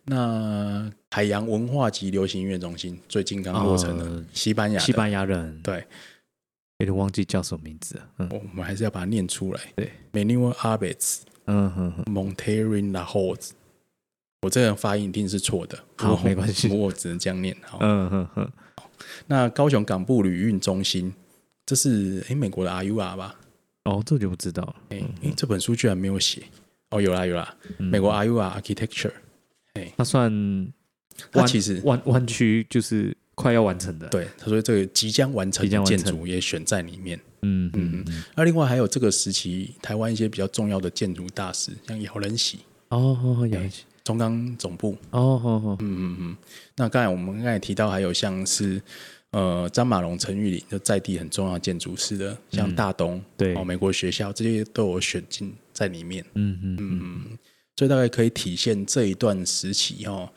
[SPEAKER 1] 那海洋文化及流行音乐中心最近刚落成
[SPEAKER 2] 哦
[SPEAKER 1] 的，西班牙的，
[SPEAKER 2] 西班牙人，
[SPEAKER 1] 对，
[SPEAKER 2] 有点忘记叫什么名字了，嗯
[SPEAKER 1] 我们还是要把它念出来。
[SPEAKER 2] 对
[SPEAKER 1] m a n u a a b e t s
[SPEAKER 2] 嗯哼哼，
[SPEAKER 1] Monterin La h o s 我这个发音一定是错的，
[SPEAKER 2] 好
[SPEAKER 1] 不过
[SPEAKER 2] 没关系
[SPEAKER 1] 不过我只能这样念。好，
[SPEAKER 2] 嗯哼哼，
[SPEAKER 1] 那高雄港部旅运中心，这是诶美国的 RUR 吧？
[SPEAKER 2] 哦，这我就不知道了，
[SPEAKER 1] 诶，诶这本书居然没有写。哦，有啦有啦，
[SPEAKER 2] 嗯
[SPEAKER 1] 美国啊 RUR Architecture，
[SPEAKER 2] 它算
[SPEAKER 1] 它
[SPEAKER 2] 湾
[SPEAKER 1] 其实
[SPEAKER 2] 湾湾区就是快要完成的，，
[SPEAKER 1] 对他说这个即将完成
[SPEAKER 2] 即将
[SPEAKER 1] 的
[SPEAKER 2] 完
[SPEAKER 1] 建
[SPEAKER 2] 成
[SPEAKER 1] 筑也选在里面。
[SPEAKER 2] 嗯嗯嗯，
[SPEAKER 1] 那另外还有这个时期台湾一些比较重要的建筑大师，像姚仁喜、
[SPEAKER 2] 哦，好好洋气，
[SPEAKER 1] 中钢总部，
[SPEAKER 2] 哦，好好，
[SPEAKER 1] 嗯嗯嗯。那刚才我们刚才提到还有像是呃张马龙、陈玉林，就在地很重要的建筑师的，像大东、
[SPEAKER 2] 对
[SPEAKER 1] 哦美国学校这些都有选进在里面。
[SPEAKER 2] 嗯嗯嗯，
[SPEAKER 1] 所以大概可以体现这一段时期哦，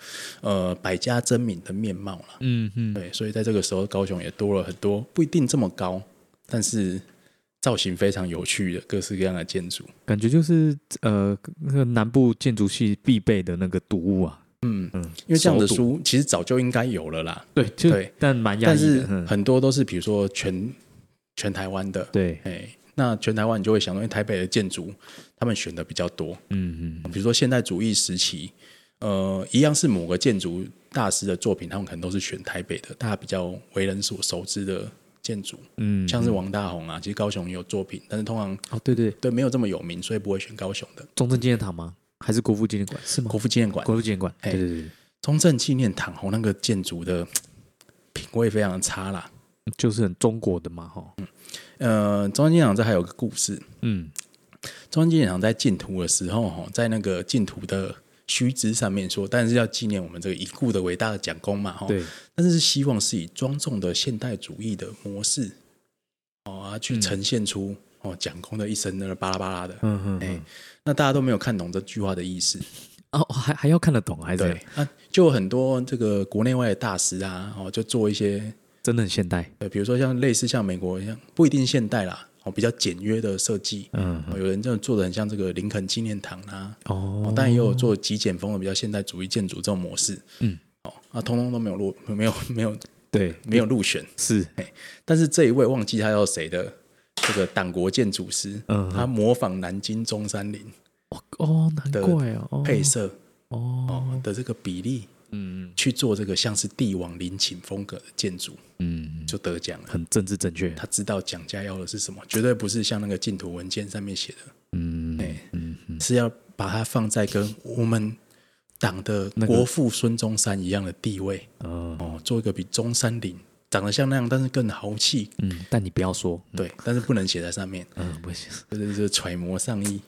[SPEAKER 1] 呃，百家争鸣的面貌了。
[SPEAKER 2] 嗯嗯，
[SPEAKER 1] 对，所以在这个时候，高雄也多了很多不一定这么高，但是造型非常有趣的各式各样的建筑。
[SPEAKER 2] 感觉就是呃，那个南部建筑系必备的那个读物啊。
[SPEAKER 1] 嗯，
[SPEAKER 2] 嗯，
[SPEAKER 1] 因为这样的
[SPEAKER 2] 熟读，
[SPEAKER 1] 书其实早就应该有了啦，
[SPEAKER 2] 对，就
[SPEAKER 1] 对
[SPEAKER 2] 但蛮压
[SPEAKER 1] 但
[SPEAKER 2] 抑
[SPEAKER 1] 是
[SPEAKER 2] 的。嗯
[SPEAKER 1] 很多都是比如说全全台湾的，
[SPEAKER 2] 对，
[SPEAKER 1] 哎，那全台湾你就会想到，因为台北的建筑他们选的比较多，
[SPEAKER 2] 嗯嗯，
[SPEAKER 1] 比如说现代主义时期，呃，一样是某个建筑大师的作品，他们可能都是选台北的，大家比较为人所熟知的建筑，
[SPEAKER 2] 嗯，
[SPEAKER 1] 像是王大闳啊，其实高雄也有作品，但是通常
[SPEAKER 2] 哦，对对，
[SPEAKER 1] 对没有这么有名，所以不会选高雄的
[SPEAKER 2] 中正纪念堂吗？还是国父纪念馆？是吗？
[SPEAKER 1] 国父纪念馆、
[SPEAKER 2] 国父纪念馆，
[SPEAKER 1] 嘿
[SPEAKER 2] 对对对，对
[SPEAKER 1] 中正纪念堂，哦，那个建筑的品味非常的差啦。
[SPEAKER 2] 就是很中国的嘛，哈。
[SPEAKER 1] 嗯呃，中正纪念堂这还有个故事，
[SPEAKER 2] 嗯，
[SPEAKER 1] 中正纪念堂在进图的时候，哦，在那个进图的须知上面说，但是要纪念我们这个已故的伟大的蒋公嘛，哦，
[SPEAKER 2] 对，
[SPEAKER 1] 但是是希望是以庄重的现代主义的模式，哦啊，去呈现出、哦蒋公的一生那个巴拉巴拉的。
[SPEAKER 2] 嗯嗯
[SPEAKER 1] 哎
[SPEAKER 2] 嗯，
[SPEAKER 1] 那大家都没有看懂这句话的意思，
[SPEAKER 2] 哦，还还要看得懂，还是
[SPEAKER 1] 对啊，就有很多这个国内外的大师啊，哦，就做一些，
[SPEAKER 2] 真的很现代。
[SPEAKER 1] 呃，比如说像类似像美国一样，不一定现代啦，哦，比较简约的设计，
[SPEAKER 2] 嗯，
[SPEAKER 1] 哦有人真的做的很像这个林肯纪念堂啊，
[SPEAKER 2] 哦
[SPEAKER 1] 哦，，但也有做极简风的比较现代主义建筑这种模式，
[SPEAKER 2] 嗯，
[SPEAKER 1] 哦，啊，通通都没有入， 没有没有
[SPEAKER 2] 对，
[SPEAKER 1] 没有入选，
[SPEAKER 2] 是，
[SPEAKER 1] 但是这一位忘记他叫谁的这个党国建筑师，
[SPEAKER 2] 嗯
[SPEAKER 1] 他模仿南京中山陵
[SPEAKER 2] 哦，难怪哦哦，
[SPEAKER 1] 配色
[SPEAKER 2] 哦，
[SPEAKER 1] 哦的这个比例
[SPEAKER 2] 嗯
[SPEAKER 1] 去做这个像是帝王陵寝风格的建筑，
[SPEAKER 2] 嗯，
[SPEAKER 1] 就得奖了。
[SPEAKER 2] 很政治正确，
[SPEAKER 1] 他知道蒋家要的是什么，绝对不是像那个净土文件上面写的，
[SPEAKER 2] 嗯
[SPEAKER 1] 哎
[SPEAKER 2] 嗯嗯，
[SPEAKER 1] 是要把它放在跟我们党的国父孙中山一样的地位
[SPEAKER 2] 哦，
[SPEAKER 1] 哦，做一个比中山陵长得像那样，但是更豪气，
[SPEAKER 2] 嗯，但你不要说，
[SPEAKER 1] 对，但是不能写在上面，
[SPEAKER 2] 嗯，不行，
[SPEAKER 1] 这就是揣摩上意。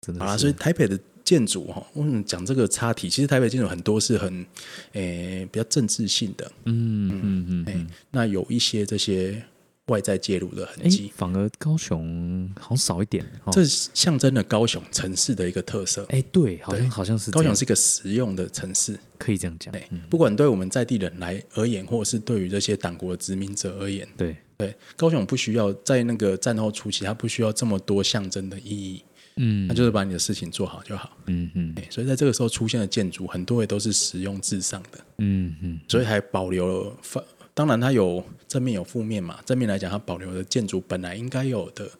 [SPEAKER 2] 真
[SPEAKER 1] 好啦，
[SPEAKER 2] 的
[SPEAKER 1] 所以
[SPEAKER 2] 是，
[SPEAKER 1] 台北的建筑哈，我们讲这个插题，其实台北建筑很多是很诶、比较政治性的，
[SPEAKER 2] 嗯嗯嗯
[SPEAKER 1] 诶、
[SPEAKER 2] 嗯，
[SPEAKER 1] 那有一些这些外在介入的痕
[SPEAKER 2] 哎
[SPEAKER 1] 迹，，
[SPEAKER 2] 反而高雄好像少一点，哦
[SPEAKER 1] 这象征了高雄城市的一个特色。
[SPEAKER 2] 哎，对，好像
[SPEAKER 1] 对
[SPEAKER 2] 好像是
[SPEAKER 1] 高
[SPEAKER 2] 这
[SPEAKER 1] 雄
[SPEAKER 2] 样
[SPEAKER 1] 是一个实用的城市，
[SPEAKER 2] 可以这样讲，
[SPEAKER 1] 对
[SPEAKER 2] 嗯，
[SPEAKER 1] 不管对我们在地人来而言，或是对于这些党国殖民者而言，
[SPEAKER 2] 对，
[SPEAKER 1] 对高雄不需要在那个战后初期，它不需要这么多象征的意义，
[SPEAKER 2] 嗯
[SPEAKER 1] 它就是哎把你的事情做好就好。
[SPEAKER 2] 嗯嗯
[SPEAKER 1] 诶所以在这个时候出现的建筑，很多也都是实用至上的。
[SPEAKER 2] 嗯嗯，
[SPEAKER 1] 所以还保留了反，当然它有正面有负面嘛。正面来讲，它保留了建筑本来应该有的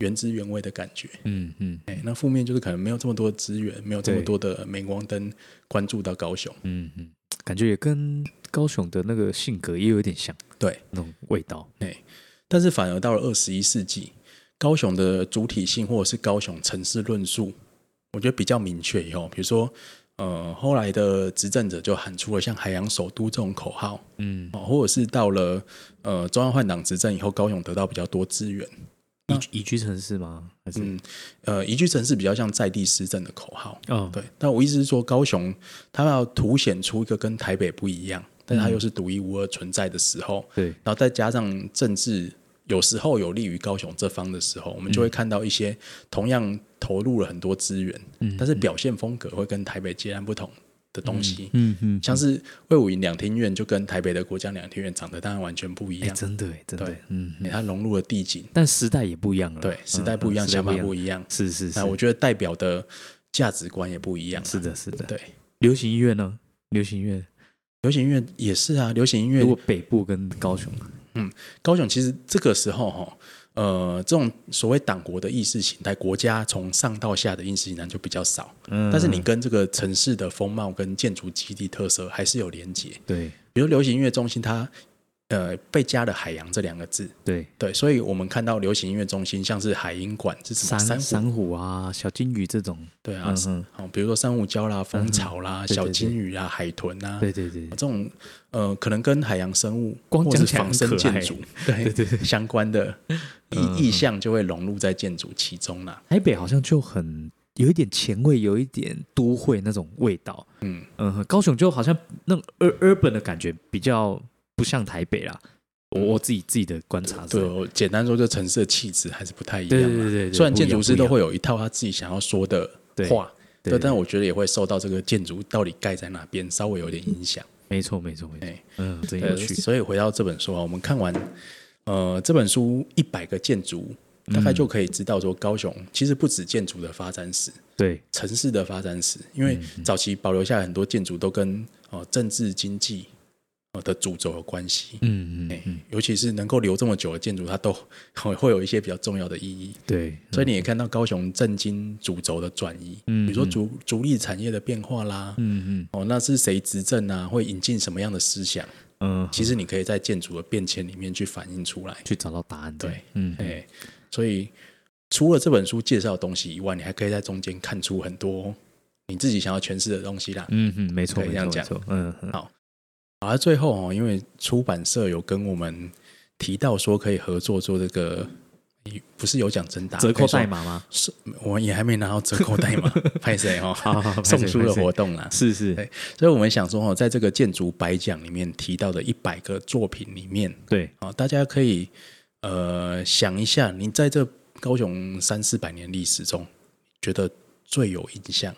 [SPEAKER 1] 原汁原味的感觉。
[SPEAKER 2] 嗯嗯
[SPEAKER 1] 哎，那负面就是可能没有这么多资源，没有这么
[SPEAKER 2] 对
[SPEAKER 1] 多的镁光灯关注到高雄。
[SPEAKER 2] 嗯嗯，感觉也跟高雄的那个性格也有一点像
[SPEAKER 1] 对，
[SPEAKER 2] 那种味道，
[SPEAKER 1] 但是反而到了二十一世纪，高雄的主体性或者是高雄城市论述，我觉得比较明确以后，比如说。呃，后来的执政者就喊出了像“海洋首都”这种口号，
[SPEAKER 2] 嗯，
[SPEAKER 1] 哦，或者是到了呃中央换党执政以后，高雄得到比较多资源，
[SPEAKER 2] 宜居宜居城市吗？还是
[SPEAKER 1] 啊嗯，呃，宜居城市比较像在地施政的口号，
[SPEAKER 2] 哦，
[SPEAKER 1] 对。但我意思是说，高雄它要凸显出一个跟台北不一样，但是它又是独一无二存在的时候，
[SPEAKER 2] 对，
[SPEAKER 1] 然后再加上政治有时候有利于高雄这方的时候，我们就会看到一些同样投入了很多资源，
[SPEAKER 2] 嗯
[SPEAKER 1] 但是表现风格会跟台北截然不同的东西。
[SPEAKER 2] 嗯嗯，
[SPEAKER 1] 像是魏武营两厅院就跟台北的国家两厅院长得当然完全不一
[SPEAKER 2] 哎，
[SPEAKER 1] 样，
[SPEAKER 2] 真的哎，真的
[SPEAKER 1] 对，
[SPEAKER 2] 嗯，嗯
[SPEAKER 1] 欸它融入了地景，
[SPEAKER 2] 但时代也不一样了，
[SPEAKER 1] 对，时
[SPEAKER 2] 嗯
[SPEAKER 1] 代不一样，
[SPEAKER 2] 嗯时代
[SPEAKER 1] 想法
[SPEAKER 2] 不
[SPEAKER 1] 不
[SPEAKER 2] 一样，
[SPEAKER 1] 一样，
[SPEAKER 2] 是是是
[SPEAKER 1] 那，我觉得代表的价值观也不一样。啊
[SPEAKER 2] 是的，是的。
[SPEAKER 1] 对，
[SPEAKER 2] 流行音乐呢？流行音乐，
[SPEAKER 1] 流行音乐也是啊，流行音
[SPEAKER 2] 如果
[SPEAKER 1] 乐，
[SPEAKER 2] 北部跟高雄，
[SPEAKER 1] 高雄其实这个时候哈，呃，这种所谓党国的意识形态，国家从上到下的意识形态就比较少，
[SPEAKER 2] 嗯，
[SPEAKER 1] 但是你跟这个城市的风貌跟建筑基地特色还是有连结。
[SPEAKER 2] 对
[SPEAKER 1] 比如流行音乐中心它，呃，被加了“海洋”这两个字，
[SPEAKER 2] 对
[SPEAKER 1] 对，所以我们看到流行音乐中心像是海音馆是什么
[SPEAKER 2] 珊
[SPEAKER 1] 珊瑚，
[SPEAKER 2] 珊瑚啊、小金鱼这种，
[SPEAKER 1] 对啊
[SPEAKER 2] 嗯，哼，
[SPEAKER 1] 哦，比如说珊瑚礁啦、蜂巢啦、
[SPEAKER 2] 对对
[SPEAKER 1] 小
[SPEAKER 2] 对
[SPEAKER 1] 金鱼啊、海豚啊，
[SPEAKER 2] 对对对
[SPEAKER 1] 这，种呃，可能跟海洋生物
[SPEAKER 2] 光
[SPEAKER 1] 或
[SPEAKER 2] 讲
[SPEAKER 1] 是
[SPEAKER 2] 起来
[SPEAKER 1] 仿
[SPEAKER 2] 很
[SPEAKER 1] 生
[SPEAKER 2] 可
[SPEAKER 1] 建
[SPEAKER 2] 爱
[SPEAKER 1] 筑对
[SPEAKER 2] 对对
[SPEAKER 1] 相关的
[SPEAKER 2] 嗯
[SPEAKER 1] 意意象就会融入在建筑其中啦。
[SPEAKER 2] 台北好像就很有一点前卫，有一点都会那种味道，
[SPEAKER 1] 嗯，
[SPEAKER 2] 嗯哼，高雄就好像那种 ur- urban 的感觉比较不像台北啦。我我自己自己的观察是
[SPEAKER 1] 嗯对，，我简单说，就城市的气质还是不太一样
[SPEAKER 2] 对
[SPEAKER 1] 嘛。
[SPEAKER 2] 对对对，
[SPEAKER 1] 虽然建筑师都
[SPEAKER 2] 会
[SPEAKER 1] 会有一套他自己想要说的
[SPEAKER 2] 对
[SPEAKER 1] 话，
[SPEAKER 2] 对
[SPEAKER 1] 对，但我觉得也会受到这个建筑到底盖在哪边稍微有点影响。
[SPEAKER 2] 没错没错没错
[SPEAKER 1] 哎，
[SPEAKER 2] 嗯，真有
[SPEAKER 1] 对，
[SPEAKER 2] 趣，
[SPEAKER 1] 所以回到这本书啊，我们看完呃这本书一百个建筑，大
[SPEAKER 2] 嗯
[SPEAKER 1] 概就可以知道说高雄其实不止建筑的发展史，
[SPEAKER 2] 对
[SPEAKER 1] 城市的发展史，因为早期保留下来很多建筑都跟呃政治经济呃的主轴有关系。
[SPEAKER 2] 嗯嗯
[SPEAKER 1] 哎尤其是能够留这么久的建筑，它都 会会有一些比较重要的意义。
[SPEAKER 2] 对，
[SPEAKER 1] 所以你也看到高雄政经主轴的转移，
[SPEAKER 2] 嗯
[SPEAKER 1] 比如说主主力产业的变化啦，
[SPEAKER 2] 嗯嗯
[SPEAKER 1] 哦，那是谁执政啊？会引进什么样的思想？
[SPEAKER 2] 嗯，
[SPEAKER 1] 其实你可以在建筑的变迁里面去反映出来。
[SPEAKER 2] 去找到答案，
[SPEAKER 1] 对，
[SPEAKER 2] 嗯
[SPEAKER 1] 哎、所以除了这本书介绍的东西以外，你还可以在中间看出很多你自己想要诠释的东西啦。
[SPEAKER 2] 嗯嗯，没错
[SPEAKER 1] 可以
[SPEAKER 2] 没
[SPEAKER 1] 这
[SPEAKER 2] 错
[SPEAKER 1] 样
[SPEAKER 2] 没
[SPEAKER 1] 讲啊
[SPEAKER 2] 错，嗯嗯
[SPEAKER 1] 好，那最后哦，因为出版社有跟我们提到说可以合作做这个，不是有奖征答
[SPEAKER 2] 啊折扣代
[SPEAKER 1] 码，
[SPEAKER 2] 码吗？
[SPEAKER 1] 是我们也还没拿到折扣 代码，拍谁哦？
[SPEAKER 2] 好好好
[SPEAKER 1] 送
[SPEAKER 2] 拍谁
[SPEAKER 1] 出
[SPEAKER 2] 拍
[SPEAKER 1] 的
[SPEAKER 2] 谁
[SPEAKER 1] 活动啦，
[SPEAKER 2] 是是，
[SPEAKER 1] 对所以我们想说哦，在这个建筑百讲里面提到的一百个作品里面，
[SPEAKER 2] 对，
[SPEAKER 1] 啊，大家可以呃想一下，你在这高雄三四百年历史中，觉得最有印象，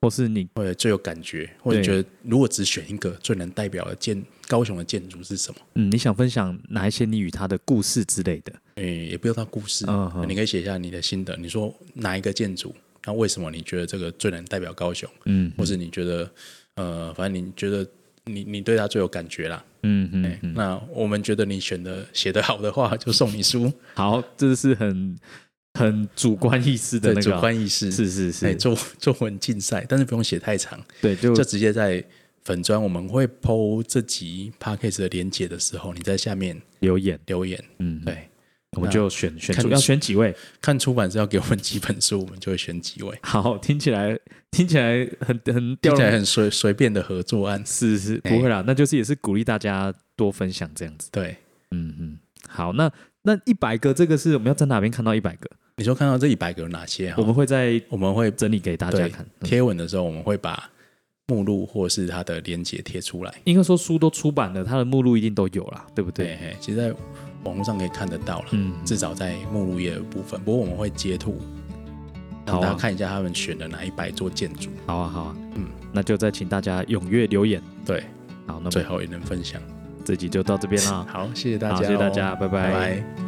[SPEAKER 2] 或是你
[SPEAKER 1] 或者最有感觉，或者
[SPEAKER 2] 对
[SPEAKER 1] 觉得如果只选一个，最能代表的建高雄的建筑是什么？
[SPEAKER 2] 嗯，你想分享哪一些你与他的故事之类的？
[SPEAKER 1] 诶、也不用到故事，
[SPEAKER 2] 嗯哼
[SPEAKER 1] 啊你可以写下你的心得。你说哪一个建筑？那为什么你觉得这个最能代表高雄？
[SPEAKER 2] 嗯
[SPEAKER 1] 或是你觉得呃，反正你觉得你你对它最有感觉啦？
[SPEAKER 2] 嗯嗯，
[SPEAKER 1] 哎那我们觉得你选的写得好的话，就送你 书。
[SPEAKER 2] 好，这是很很主观意识的
[SPEAKER 1] 对，
[SPEAKER 2] 那
[SPEAKER 1] 主
[SPEAKER 2] 个啊，
[SPEAKER 1] 观意识
[SPEAKER 2] 是是
[SPEAKER 1] 哎，
[SPEAKER 2] 是，
[SPEAKER 1] 作作文竞赛，但是不用写太长，
[SPEAKER 2] 对，就
[SPEAKER 1] 就直接在粉砖，我们会 PO 这集 podcast 的连接的时候，你在下面
[SPEAKER 2] 留言，
[SPEAKER 1] 留言。
[SPEAKER 2] 嗯，
[SPEAKER 1] 对，
[SPEAKER 2] 我们就选选
[SPEAKER 1] 看
[SPEAKER 2] 出要选几位。
[SPEAKER 1] 看出版社要给我们几本书，我们就会选几位。
[SPEAKER 2] 好，听起来听起来很很掉
[SPEAKER 1] 听起来
[SPEAKER 2] 入，
[SPEAKER 1] 很随随便的合作案，
[SPEAKER 2] 是是
[SPEAKER 1] 哎
[SPEAKER 2] 不会啦，那就是也是鼓励大家多分享这样子。
[SPEAKER 1] 对。
[SPEAKER 2] 嗯嗯，好，那那一百个这个是我们要在哪边看到一百个？
[SPEAKER 1] 你说看到这一百个有哪些？
[SPEAKER 2] 我
[SPEAKER 1] 哈，
[SPEAKER 2] 们会在
[SPEAKER 1] 我们会
[SPEAKER 2] 整理给大家
[SPEAKER 1] 对
[SPEAKER 2] 看。嗯
[SPEAKER 1] 贴文的时候，我们会把目录或是它的连接贴出来。
[SPEAKER 2] 应该说书都出版了，它的目录一定都有啦，对不对？
[SPEAKER 1] 对，嘿其实在网络上可以看得到了，
[SPEAKER 2] 嗯，
[SPEAKER 1] 至少在目录页的部分。不过我们会截图，让
[SPEAKER 2] 好
[SPEAKER 1] 大家
[SPEAKER 2] 啊，
[SPEAKER 1] 看一下他们选的哪一百座建筑。
[SPEAKER 2] 好啊，好啊，
[SPEAKER 1] 嗯
[SPEAKER 2] 嗯，那就再请大家踊跃留言。
[SPEAKER 1] 对，
[SPEAKER 2] 好，那
[SPEAKER 1] 最
[SPEAKER 2] 么
[SPEAKER 1] 后也能分享。
[SPEAKER 2] 这集就到这边啦。啊
[SPEAKER 1] 好，谢谢大家、哦
[SPEAKER 2] 好谢谢大家拜
[SPEAKER 1] 拜
[SPEAKER 2] 拜
[SPEAKER 1] 拜